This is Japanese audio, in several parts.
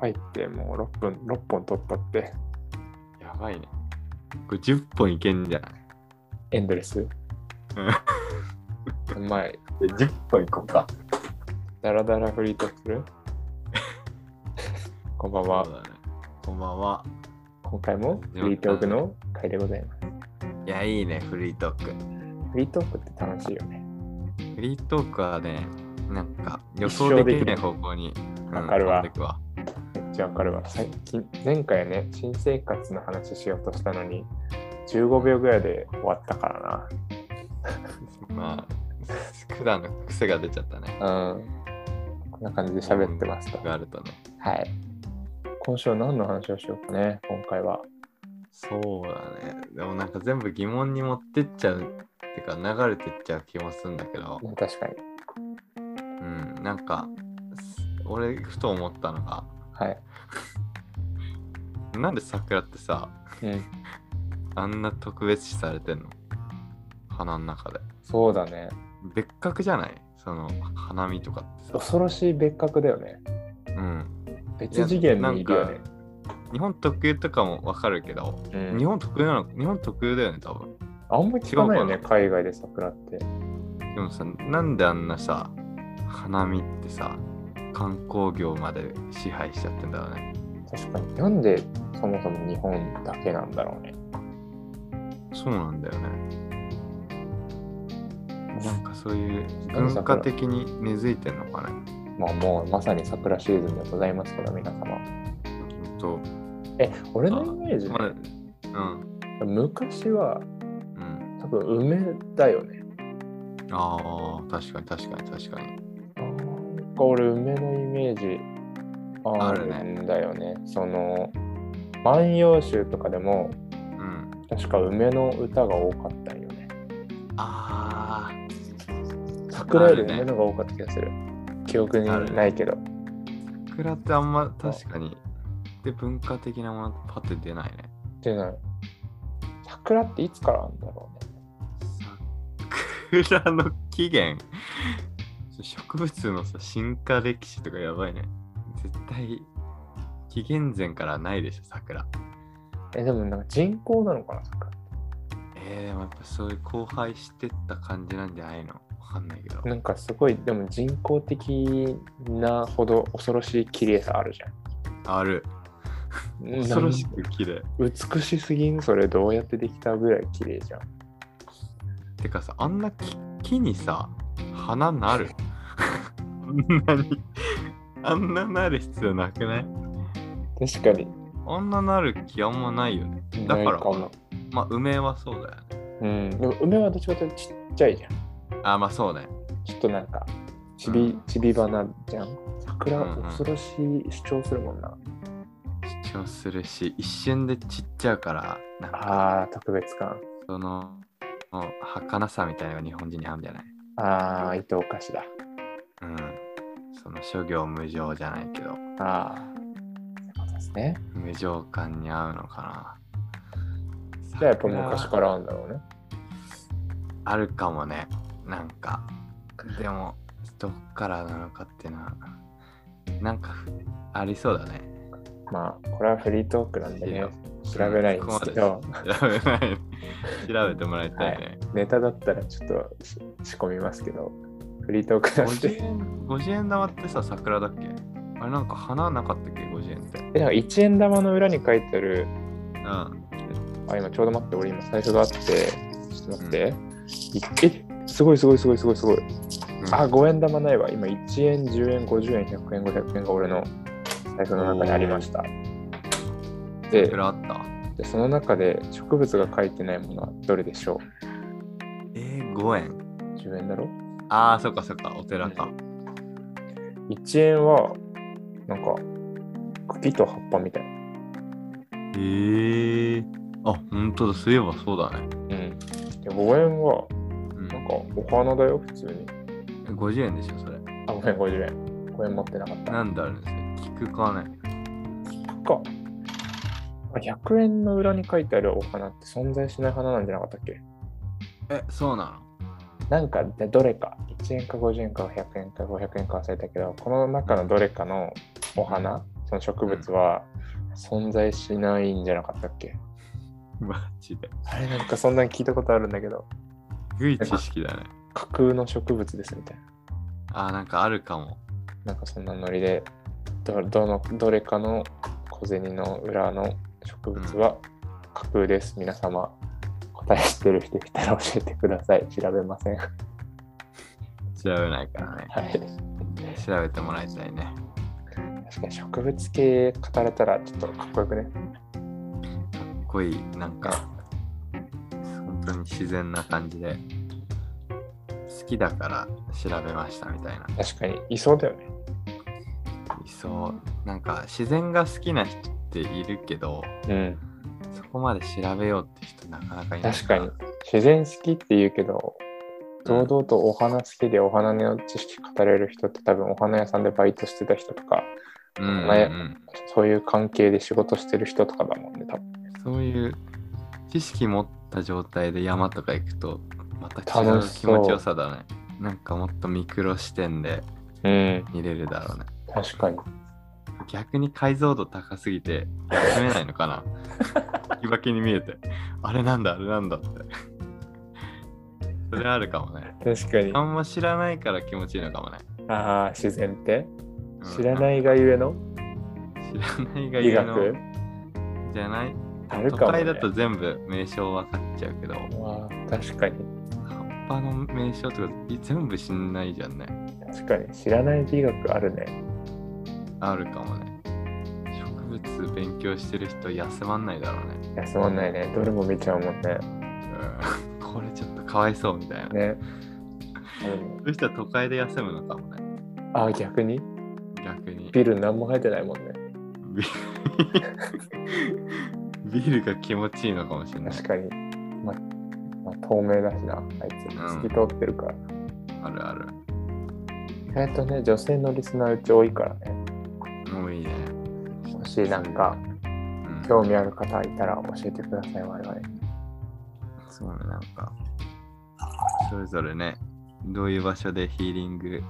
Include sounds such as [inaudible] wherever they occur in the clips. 入ってもう6分、6本取ったって、やばいね。これ10本いけんじゃないエンドレス。うまい。え ?10 本いこうか。ダラダラフリートップ [laughs] ル。こんばんはそう。だねこんばんは。今回もフリートークの回でございます。いや、いいね、フリートーク。フリートークって楽しいよね。フリートークはね、なんか予一想生ででききなないい方向に。わかるわうん飛んでくわめっちゃわかるわ。最近、前回ね、新生活の話しようとしたのに、15秒ぐらいで終わったかまあ、普段の癖が出ちゃったね。らな。うん。こんな感じで喋ってました。があるとね。はい。今週は何の話をしようかね、今回は。そうだね。でもなんか全部疑問に持ってっちゃうってか流れてっちゃう気もするんだけど、うん確かに。うん、なんかす俺ふと思ったのが、はい。なんで桜ってさ、うん。あんな特別視されてんの花の中で。そうだね。別格じゃないその花見とかってさ。恐ろしい別格だよね。うん。別次元にいるよいやね。日本特有とかもわかるけど、うん日本特有なの日本特有だよね、多分。あんまり聞かないよ違ね、うかな海外で桜って。でもさ、なんであんなさ、花見ってさ、観光業まで支配しちゃってんだろうね。確かに。なんでそもそも日本だけなんだろうね。そうなんだよね。なんかそういう文化的に根付いてんのかね。まあもうまさに桜シーズンでございますから、皆様。ほんと。え、俺のイメージね、まあうん。昔はうん。多分梅だよね。ああ、確かに確かに確かに。なんか俺梅のイメージあるんだよね。その「万葉集」とかでもうん。確か梅の歌が多かったんよね。あ桜よりあるね梅のが多かった気がする。記憶にないけど。ー、桜ってあんま確かに。で、文化的なものパッて出ないね。でない。桜っていつからあるんだろうね。桜の起源植物のさ進化歴史とかやばいね。絶対、紀元前からないでしょ、桜。えでもなんか人工なのかな桜えー、でもやっぱそういう荒廃してった感じなんじゃないのわかんないけど。なんかすごいでも人工的なほど恐ろしい綺麗さあるじゃん。ある。うん恐ろしく綺麗。美しすぎんそれどうやってできたぐらい綺麗じゃん。てかさ、あんな木木にさ、花なるあんなに、 [laughs] あんななる必要なくない確かに。あんななる気あんまないよね。だからないかも。まあ、梅はそうだよね。うん、でも梅はどっちかというとちっちゃいじゃん。あ、まあそうね。ちょっとなんか、ちび、ちび花じゃん。桜、うんうん恐ろしい主張するもんな。主張するし、一瞬でちっちゃうから、なんかああ、特別感。その、もう儚さみたいなのが日本人に合うんじゃないああ、愛お菓子だ。うん。その諸行無常じゃないけど、ああ、そういうことですね。無常感に合うのかな。じゃあやっぱ昔からあるんだろうね。あるかもねなんかでもどっからなのかっていうのはなんかふありそうだねまあ、これはフリートークなんでいねや、調べないんですけどこ、こまで調べない調べてもらいたいね、ネタだったらちょっとし仕込みますけど、フリートークなん50で。円50円玉ってさ桜だっけあれなんか花なかったっけ50円ってえ、なんか1円玉の裏に書いてある、うんあ、今ちょうど待って、俺今最初があって、ちょっと待って。いえ、すごいすごいすごいすごいすごい。あ、5円玉ないわ。今1円、10円、50円、100円、500円が俺の財布の中にありました。で桜あったで、その中で植物が書いてないものはどれでしょえー、5円う ?10 円だろああそっかそっかお寺か ?1 円は、なんか、茎と葉っぱみたいな。えー、あ本当だそういえばそうだね、うん。で、5円は、うなんん、か、お花だよ、普通に。 50円でしょそれあ、ごめん、50円。5円持ってなかった。なんであるんですよ聞くかねか。100円の裏に書いてあるお花って存在しない花なんじゃなかったっけえ、そうななんかでどれか1円か50円か100円か500円か忘れたけどこの中のどれかのお花その植物は存在しないんじゃなかったっけ、 [laughs] マジで。あれなんかそんなに聞いたことあるんだけど、すごい知識だね。架空の植物ですみたいな。 [laughs] あー、なんかあるかも。なんかそんなノリで、どどのどれかの小銭の裏の植物は架空です。皆様、答え知ってる人いたら教えてください。調べません。は調べないからね。い。調べてもらいたいね。確かに植物系語れたらちょっとかっこよくね。かっこいい。なんか、本当に自然な感じで、好きだから調べましたみたいな。確かに、いそうだよね。いそう。なんか、自然が好きな人っているけど、うん。そこまで調べようって人なかなかいない。確かに。。自然好きって言うけど、堂々とお花好きでお花の知識語れる人って多分お花屋さんでバイトしてた人とか、うんうん、うねん。そういう関係で仕事してる人とかだもんね、多分。そういう知識持った状態で山とか行くとまた違う楽し気そう持ちよさだね。なんかもっとミクロ視点でうん、見れるだろうね。確かに。逆に解像度高すぎて読めないの [laughs] かな引き分けに見えて。あれなんだあれなん [laughs] だって。それあるかもね。確かにあんま知らないから気持ちいいのかもね。ああ、自然ってうん知らないがゆえの知らないが医ゆえ学のじゃない、ある都かも、ね。会だと全部名称分かっちゃうけど、まあ、確かに。葉っぱの名称とか全部知んないじゃんね。確かに。知らない美学あるね。あるかもね。植物勉強してる人休まんないだろうね。休まんないね。どれも見ちゃうもんね。 [laughs] これちょっとかわいそうみたいな。 [laughs] ね。そうしたら都会で休むのかもね。ああ、逆に逆に。ビル何も生えてないもんね。ビ [laughs] ビールが気持ちいいのかもしれない確。かに。ま、まあ、透明だしな。あいつ、うん透き通ってるから。あるある。えっとね、女性のリスナーうち多いからね。もういいね。もしなんかうん、興味ある方いたら教えてください、我々。そうね、なんか、それぞれね、どういう場所でヒーリング。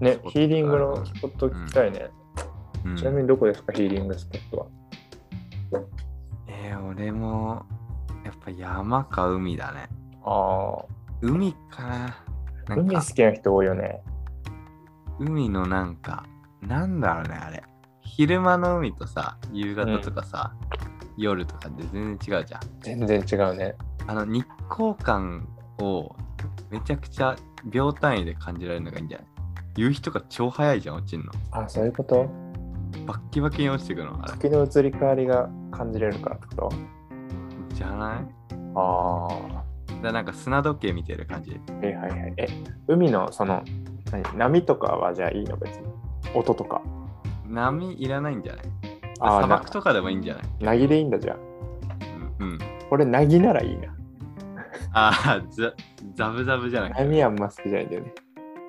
ねスポット、ヒーリングのスポット聞きたいね。うんちなみにどこですか、ヒーリングスポットは。えー、俺も、やっぱ山か海だね。あ海かな。あ、なん海か好きな人多いよね。海のなんかなんだろうねあれ昼間の海とさ夕方とかさ、夜とかで全然違うじゃん全然違うね。あの日光感をめちゃくちゃ秒単位で感じられるのがいいんじゃない夕日とか超早いじゃん落ちんのあそういうことバッキバキに落ちてくのあれ時の移り変わりが感じれるからってこじゃないとあだからなんか砂時計見てる感じあ、えはいはい。え、海のその、何波とかはじゃあいいの別に。音とか。波いらないんじゃないああ、砂な漠とかでもいいんじゃないなぎでいいんだじゃあ。うん、うん、俺、なぎならいいな。ああザザブザブじゃなくて波はあんま好きじゃないんだよね。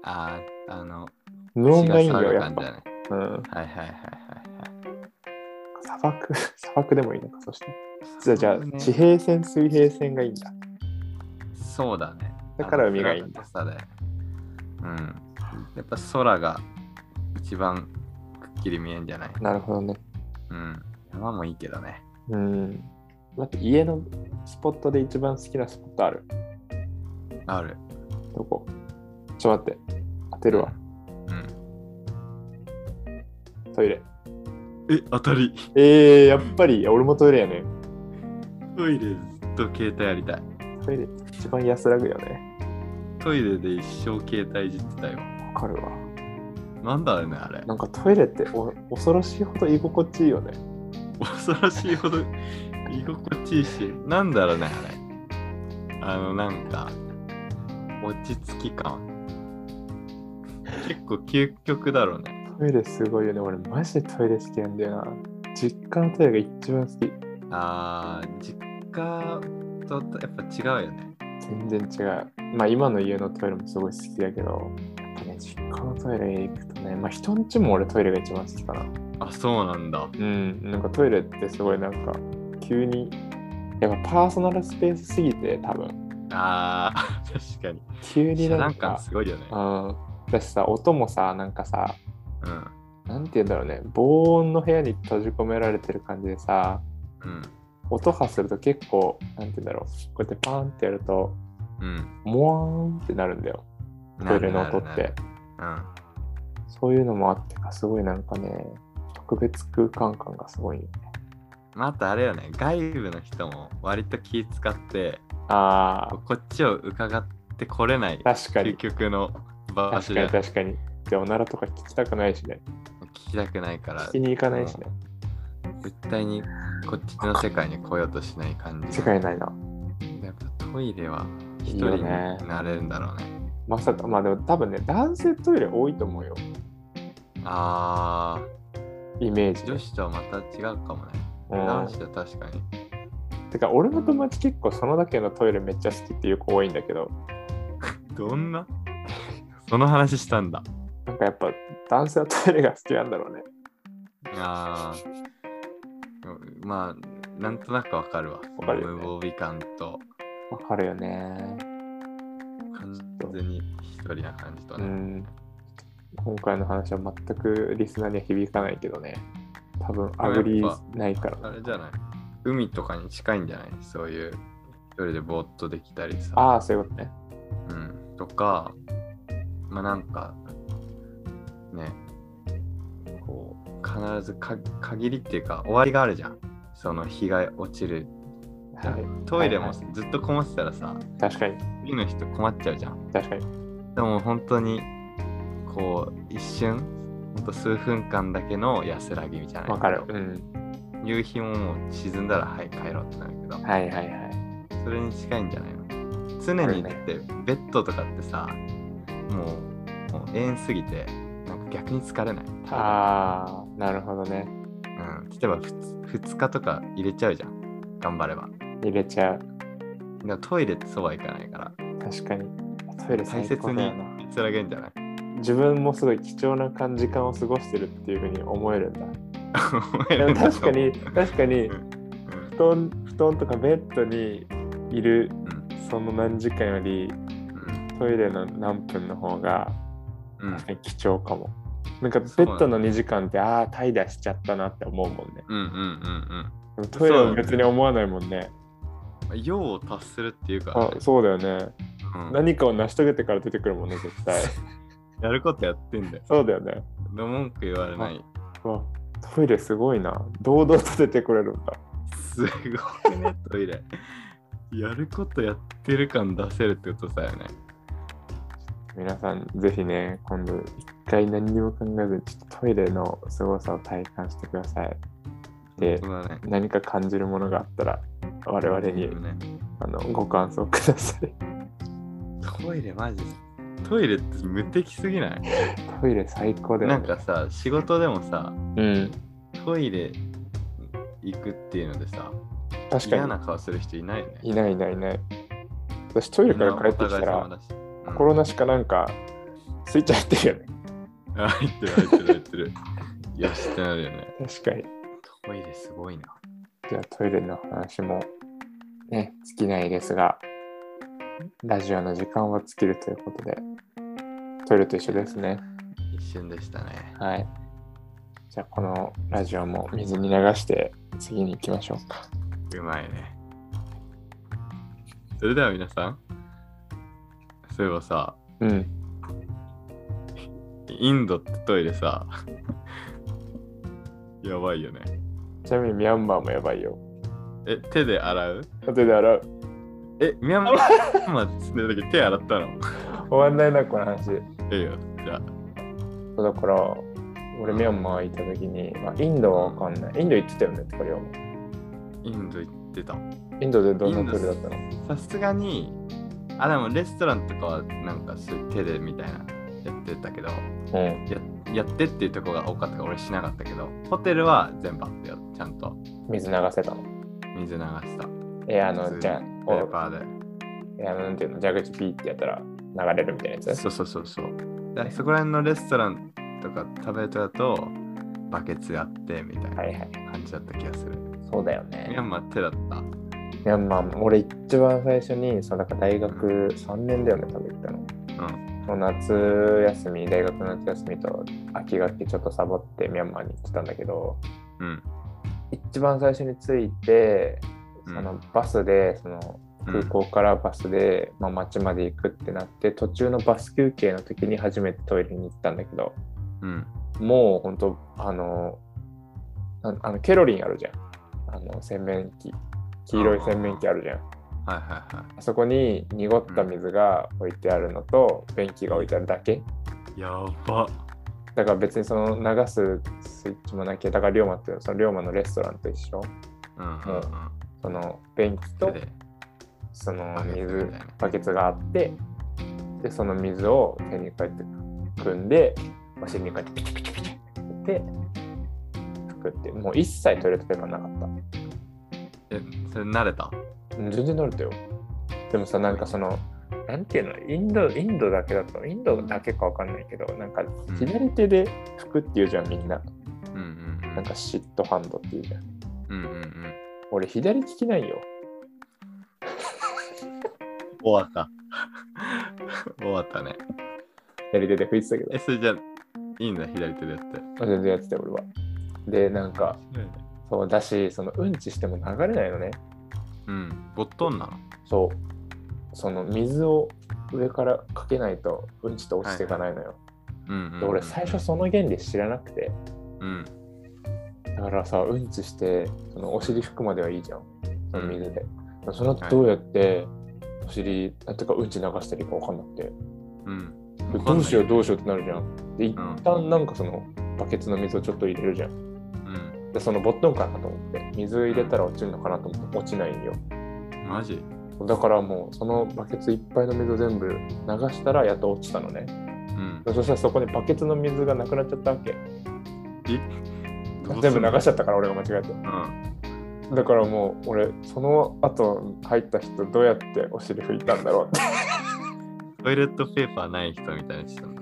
あああの無音がいいんだよ、血やっ騒ぐぱ。感じうん。だねはいはいはいはいはい砂漠、 [laughs] 砂漠でもいいのか、そして。実はじゃそうあ、ね地平線、水平線がいいんだ。そうだね。だから海がいいんだあのフラットさでうん。やっぱ空が一番くっきり見えんじゃないなるほどね。うん。山もいいけどね。うん。待って、家のスポットで一番好きなスポットあるある。どこちょっと待って。当てるわ。うん。トイレ。え、当たり。えー、やっぱり、俺もトイレやね。トイレずっと携帯やりたい。トイレ一番安らぐよね。トイレで一生携帯いじってたよ。わかるわ。なんだろうね、あれ。なんかトイレってお恐ろしいほど居心地いいよね。恐ろしいほど居心地いいし、なんだろうね、あれ。あの、なんか、落ち着き感。結構究極だろうね。トイレすごいよね。俺マジでトイレ好きなんだよな。実家のトイレが一番好き。あー実家とやっぱ違うよね。全然違う。まあ今の家のトイレもすごい好きだけど、やっぱね、実家のトイレ行くとね、まあ人んちも俺トイレが一番好きかな。あ、そうなんだ。うん、なんかトイレってすごいなんか急にやっぱパーソナルスペースすぎて多分あー確か急に。に遮なん断か感すごいよね。うんだしさ音もさなんかさうん。なんて言うんだろうね防音の部屋に閉じ込められてる感じでさうん。音発すると結構なんて言うんだろうこうやってパーンってやるとうん。モワーンってなるんだよトイレの音ってなるなるなるそういうのもあってかすごいなんかね特別空間感がすごいよねうん。またあれよね、外部の人も割と気使って、あこっちを伺ってこれないー、確か究に極の場所確じかゃにん聞確かにでおならとか聞きたくないしねきたくないから聞、きに行かないしね絶対にこっちの世界に来ようとしない感じ。世界ないなやっぱトイレは一いい人よにねなれるんだろうね。まさかまあでも多分ね男性トイレ多いと思うよあイメージー、で女子とはまた違うかもね。うん男子と確かに。てか俺の友達結構そのだけのトイレめっちゃ好きっていう子多いんだけどどんなその話したんだ。なんかやっぱ男性はトイレが好きなんだろうねあーまあ、なんとなくわかるわ。わかるよね無防備感とわかるよね完全に一人な感じとうね。ん今回の話は全くリスナーには響かないけどね多分アグリーないからあれじゃない海とかに近いんじゃないそういう一人でぼーっとできたりさ。ああそういうことねうん、とか、まあなんか、ね、こう、必ずか限りっていうか、終わりがあるじゃん。その日が落ちる。はトイレはもいずっとこもってたらさ、い確かに次の人困っちゃうじゃん。確かにでも本当に、こう、一瞬、ほんと数分間だけの安らぎみたいな。わかるうん夕日ももう沈んだら、はい、帰ろうってなるけど、はいはいはいそれに近いんじゃないの常にだってベッドとかってさもうもう遠すぎてなんか逆に疲れない、ああなるほどねうん、例えば 2, 日とか入れちゃうじゃん頑張れば入れちゃうでもトイレってそうはいかないから確かにトイレ大最切高だによなつらげんじゃない自分もすごい貴重な感時間を過ごしてるっていうふうに思えるんだ [laughs] でもお前らの確か [laughs] に確かに布団布団とかベッドにいるうんその何時間よりトイレの何分の方がうん確かに貴重かも。なんかベそうだねッドの2時間ってああ怠惰しちゃったなって思うもんね。うんうんうんでもトイレそうだはね別に思わないもんね。うん用を達するっていうか、あそうだよね。うん何かを成し遂げてから出てくるもんね絶 [laughs] 対。やることやってんだよそうだよね。でも文句言われないわトイレすごいな。堂々と出てくれるんだ。すごいね、トイレ。やることやってる感出せるってことさよね。皆さんぜひね今度一回何にも考えずにちょっとトイレのすごさを体感してください。で本当だね。何か感じるものがあったら我々にねあのご感想くださいトイレマジトイレって無敵すぎないトイレ最高だよ、ね、なんかさ、仕事でもさ、うんトイレ行くっていうのでさ、確嫌かな顔する人いないよね。にいないいないいない私トイレから帰ってきたみんなお互い様らだし。コロナしかなんかスイッチ入ってるよねうんあ入ってる入ってる入ってる。よしってなるよね。確かにトイレすごいな。じゃあトイレの話もね尽きないですがラジオの時間は尽きるということでトイレと一緒ですね一瞬でしたね。はいじゃあこのラジオも水に流して次に行きましょうかうまいね。それでは皆さん、そういえばさ、うんインドってトイレさ、 [laughs] やばいよね。ちなみにミャンマーもやばいよえ、手で洗う後で洗うえ、ミ [laughs] ャンマーまあ住んでる時手洗ったの終わんないなこの話ええよ、じゃあ。そうだから俺ミャンマー行った時に、まあ、インドはわかんないインド行ってたよねこれはインド行ってた。インドでどんなトイレだったのさすがに、あ、でもレストランとかはなんかそういう手でみたいなやってたけど、うんややってっていうとこが多かったから俺しなかったけど、ホテルは全部あったよ、ちゃんと水流せたの水流した。えあのじゃあペーこパーで。うえあのなんていうの蛇口ピーってやったら流れるみたいなやつそうそうそうそう。だからそこら辺のレストランとか食べるとだと、バケツやってみたいなはいはい感じだった気がする。そうだよミねャンマー手だった。ミャンマーも俺一番最初にそうだから大学3年だよね多分行ったのうん。もう夏休み、大学の夏休みと秋学期ちょっとサボってミャンマーに行ってたんだけど、うん。一番最初に着いて、そのバスで、その空港からバスで、まあ、町まで行くってなって、途中のバス休憩の時に初めてトイレに行ったんだけど、うん。もう本当あの、ああのケロリンあるじゃん。あの洗面器。黄色い洗面器あるじゃん。はいはいはあそこに濁った水が置いてあるのと、便器が置いてあるだけ。い。やば。だから別にその流すスイッチもなきゃ、だから龍馬ってその龍馬のレストランと一緒。うんうんうん。その便器と手でそのバケツみたい水な、バケツがあって、で、その水を手にこうやって組んで、お尻にこうやってピチピチピチって、拭くっていう、もう一切トイレットペーパーなかった。え、それ慣れたうん全然慣れたよ。でもさ、なんかその、なんていうの、インド、インドだけだと、インドだけかわかんないけど、なんかうん左手で拭くっていうじゃん、みんな。うんうんうん。なんかシットハンドっていうじゃん。うんうんうん。俺、左利きないよ。終わった。 [laughs] 終わったね。左手で拭いてたけどえ、、それじゃあ、いいんだ、左手でやって。全然やってたよ、俺は。で、なんか、そうだし、そのうんちしても流れないのね。うん。ボットンなのそう。その水を上からかけないとうんちって落ちていかないのよ。うんうんうん、で俺最初その原理知らなくて。うん。だからさ、うんちして、そのお尻拭くまではいいじゃん。その水で。その後どうやってお尻、なんていうかうんち流したらいいか分かんなくて。うん。でわかんないどうしようどうしようってなるじゃん。で、一旦なんかそのバケツの水をちょっと入れるじゃん。うん。で、そのボットンかなと思って、水入れたら落ちるのかなと思って落ちないんよ。マジだからもうそのバケツいっぱいの水を全部流したらやっと落ちたのね。うん。そしたらそこにバケツの水がなくなっちゃったわけ。どうす全ん部の流しちゃったから俺が間違えて。うん。だからもう俺その後入った人どうやってお尻拭いたんだろうって。トイレットペーパーない人みたいにしてたんだ。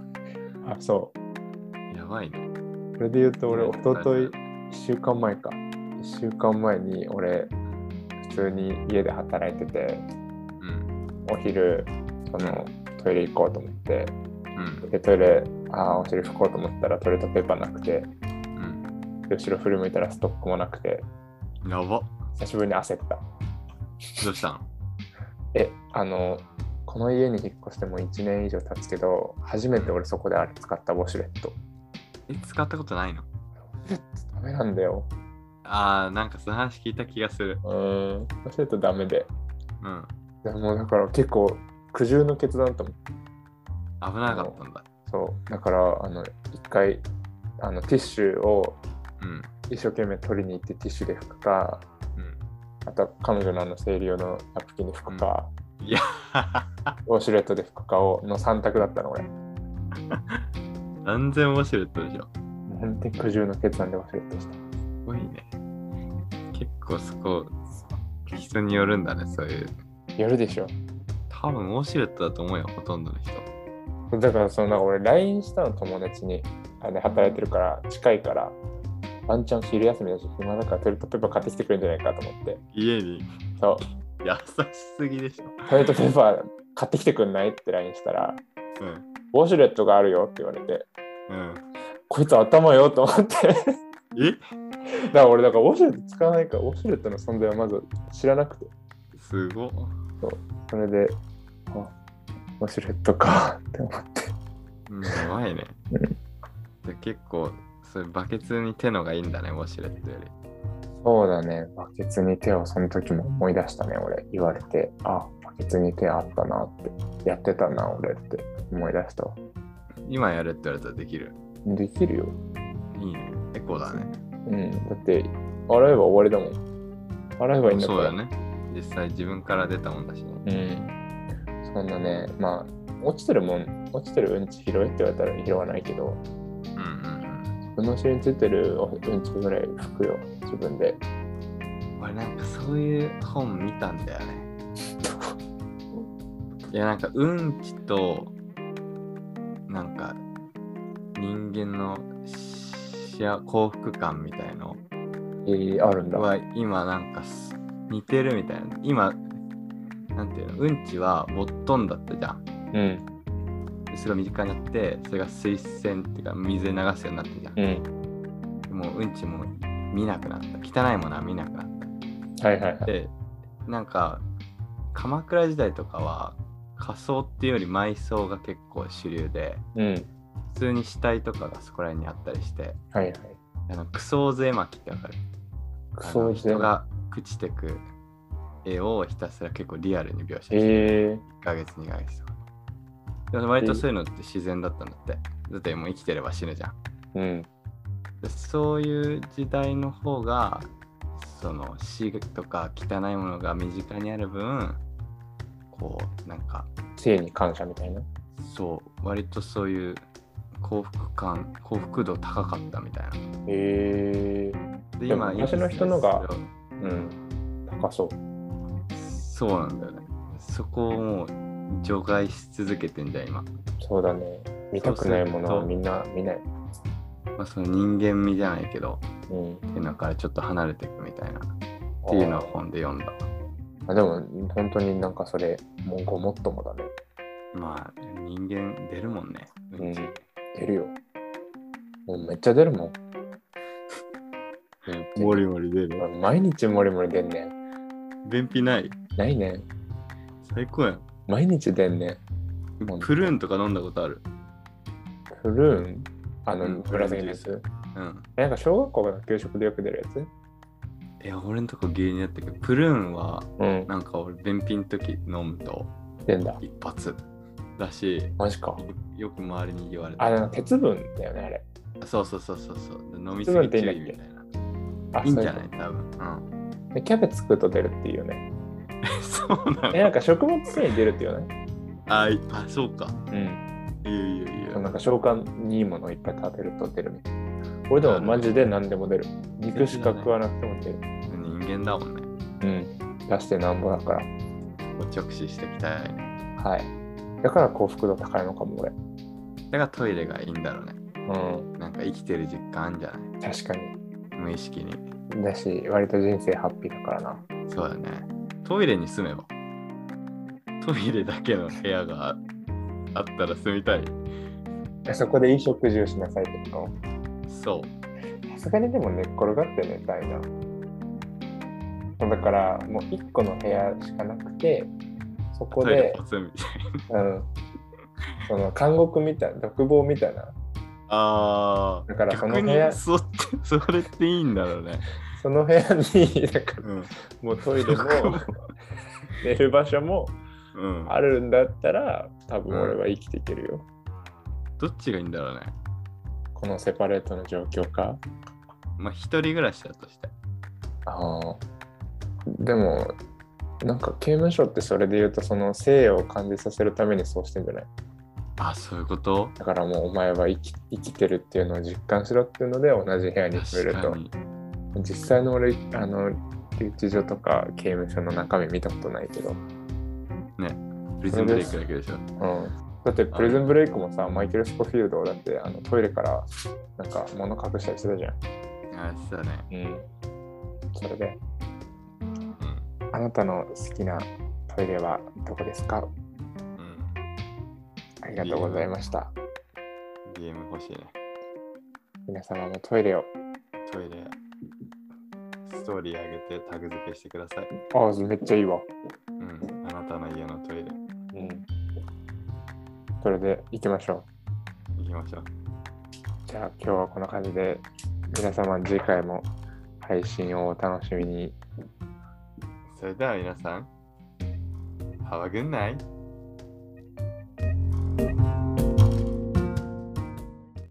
あ、そう。やばいね。それで言うと俺一昨日は1週間前か。1週間前に俺普通に家で働いてて、うん。お昼そのトイレ行こうと思って、うん。でトイレ、あーお尻拭こうと思ったらトイレットペーパーなくて、うん。で後ろ振り向いたらストックもなくて、やば。久しぶりに焦った。どうしたのえ、あの、この家に引っ越してもう1年以上経つけど、初めて俺そこであれ使ったウォシュレット。え、使ったことないのダメなんだよ。あー、なんかその話聞いた気がする。うーん。ウォシュレットダメで。うん。でもうだから結構苦渋の決断と思って。危なかったんだ。そう。だから、あの、一回、あの、ティッシュをうん。一生懸命取りに行ってティッシュで拭くか、うん。あとは彼女のあの生理用のナプキンで拭くか、いや、 [laughs] ウォシュレットで拭くかをの3択だったの俺。断然面白いったでしょ。もう本当に苦渋の決断でウォシュレットした。すごいね。結構そこ、人によるんだね、そういう。やるでしょ。多分ウォシュレットだと思うよ、ほとんどの人。だからそのなんか俺 LINE したの友達にあれ働いてるから近いからワンチャン昼休みだし暇だからトイレットペーパー買ってきてくれるんじゃないかと思って家にそう優しすぎでしょ。トイレットペーパー買ってきてくんないって LINE したらうん。ウォシュレットがあるよって言われてうん。こいつ頭よと思って [laughs] だかえら俺だからウォシュレット使わないからウォシュレットの存在をまず知らなくてすごっ。それであウォシュレットかって思ってうんやばいね。で結構、そういうバケツに手のがいいんだね、ウォシュレットより。そうだねバケツに手をその時も思い出したね俺言われてあバケツに手あったなってやってたな俺って思い出したわ今やるって言われたらできる。できるよいいね。エコだね。うんだって洗えば終わりだもん洗えばいいんだかそうらだね。実際自分から出たもんだしね。うんそんなねまあ落ちてるもん落ちてるうんち拾えって言われたら拾わないけどうんうんうん。自分の後ろについてるうんちぐらい拭くよ自分で俺なんかそういう本見たんだよね。 [laughs] いやなんかうんちとなんか人間の幸幸福感みたいのえー、あるんだは今なんかす似てるみたいな。今なんていうのうんちはボットンだったじゃん。うんですごい身近になってそれが水洗っていうか水で流すようになってじゃんうん。もううんちも見なくなった汚いものは見なくなっはいはいはい。てなんか鎌倉時代とかは仮装っていうより埋葬が結構主流でうん。普通に死体とかがそこら辺にあったりしてはいはい。あのクソー絵巻ってわかるクソあのですね人。が朽ちてく絵をひたすら結構リアルに描写して、え1ヶ月2ヶ月とかでも割とそういうのって自然だったんだってだってもう生きてれば死ぬじゃんー。うん。でそういう時代の方がその死とか汚いものが身近にある分こうなんか性に感謝みたいな。そう割とそういう幸福感幸福度高かったみたいなえー。ででも昔の人のがうん。高そう。そうなんだよねそこをもう除外し続けてんじゃん今、そうだね。見たくないものはみんな見ない。まあ、その人間味じゃないけどうん。っっていうのからちょっと離れていくみたいなっていうのを本で読んだあでも本当になんかそれもうごもっともだね。まあ人間出るもんねうんち、うん出るよ。もうめっちゃ出るもん。うんモリモリ出る毎日もりもり出んねん。便秘ないないねん。最高やん毎日出んねん。うんプルーンとか飲んだことあるプルーンあの、うん紫のやつ。うんなんか小学校の給食でよく出るやつえ俺のとこ芸人やったけどプルーンはうん。なんか俺便秘の時飲むと出んだ。一発だしマジか。よく周りに言われてあ、なんか鉄分だよね、あれ。そうそうそうそうそう飲みそすうなんぎていいんだっ注け意みたいなあいいんじゃなそいう多分うんうでキャベツ食うと出るっていうよね。 [laughs] そうなえ、のなんか食物繊維出るっていうよね。あいあそうかうん。いやいやいやなんか消化にいいものをいっぱい食べると出るみたいな。俺でもマジで何でも出る。肉しか食わなくても出る。人間だもんねうん。出してなんぼだから。こう直視していきたいねはい。だから幸福度高いのかも俺。だからトイレがいいんだろうねう。なんか生きてる実感あんじゃなん確かに。い無意識にだし、割と人生ハッピーだからな。そうだねトイレに住めばトイレだけの部屋があったら住みたいでそこで衣食住しなさいってこそうと。さすがにでも寝っ転がって寝たいな。そうだから、もう1個の部屋しかなくて、そこトイレで、ポツンみたいなうん。その監獄みたいな、独房みたいな。あーだからその逆に部屋そってそれっていいんだろうねその部屋に、 [laughs] だからうんもうトイレもそこも寝る場所もうんあるんだったら多分俺は生きていけるよ、どっちがいいんだろうねこのセパレートの状況かまあ一人暮らしだとしてああでもなんか刑務所ってそれで言うとその生を感じさせるためにそうしてんじゃないあそういうことだからもうお前は生き生きてるっていうのを実感しろっていうので同じ部屋に住め確るかとに実際の俺あの留置所とか刑務所の中身見たことないけど、プリズンブレイクだけでしょうんだってプリズンブレイクもさ、マイケル・スコフィールドだってあのトイレからなんか物隠したりしてたじゃん。あそうだねうん、それで、うんあなたの好きなトイレはどこですかうんありがとうございました。ゲーム欲しいね皆様もトイレを。トイレストーリー上げてタグ付けしてくださいああ、めっちゃいいわ。うんあなたの家のトイレうん。それで行きましょ行きましょうう。じゃあ今日はこんな感じで、皆様次回も配信をお楽しみに。それでは皆さん Have a good night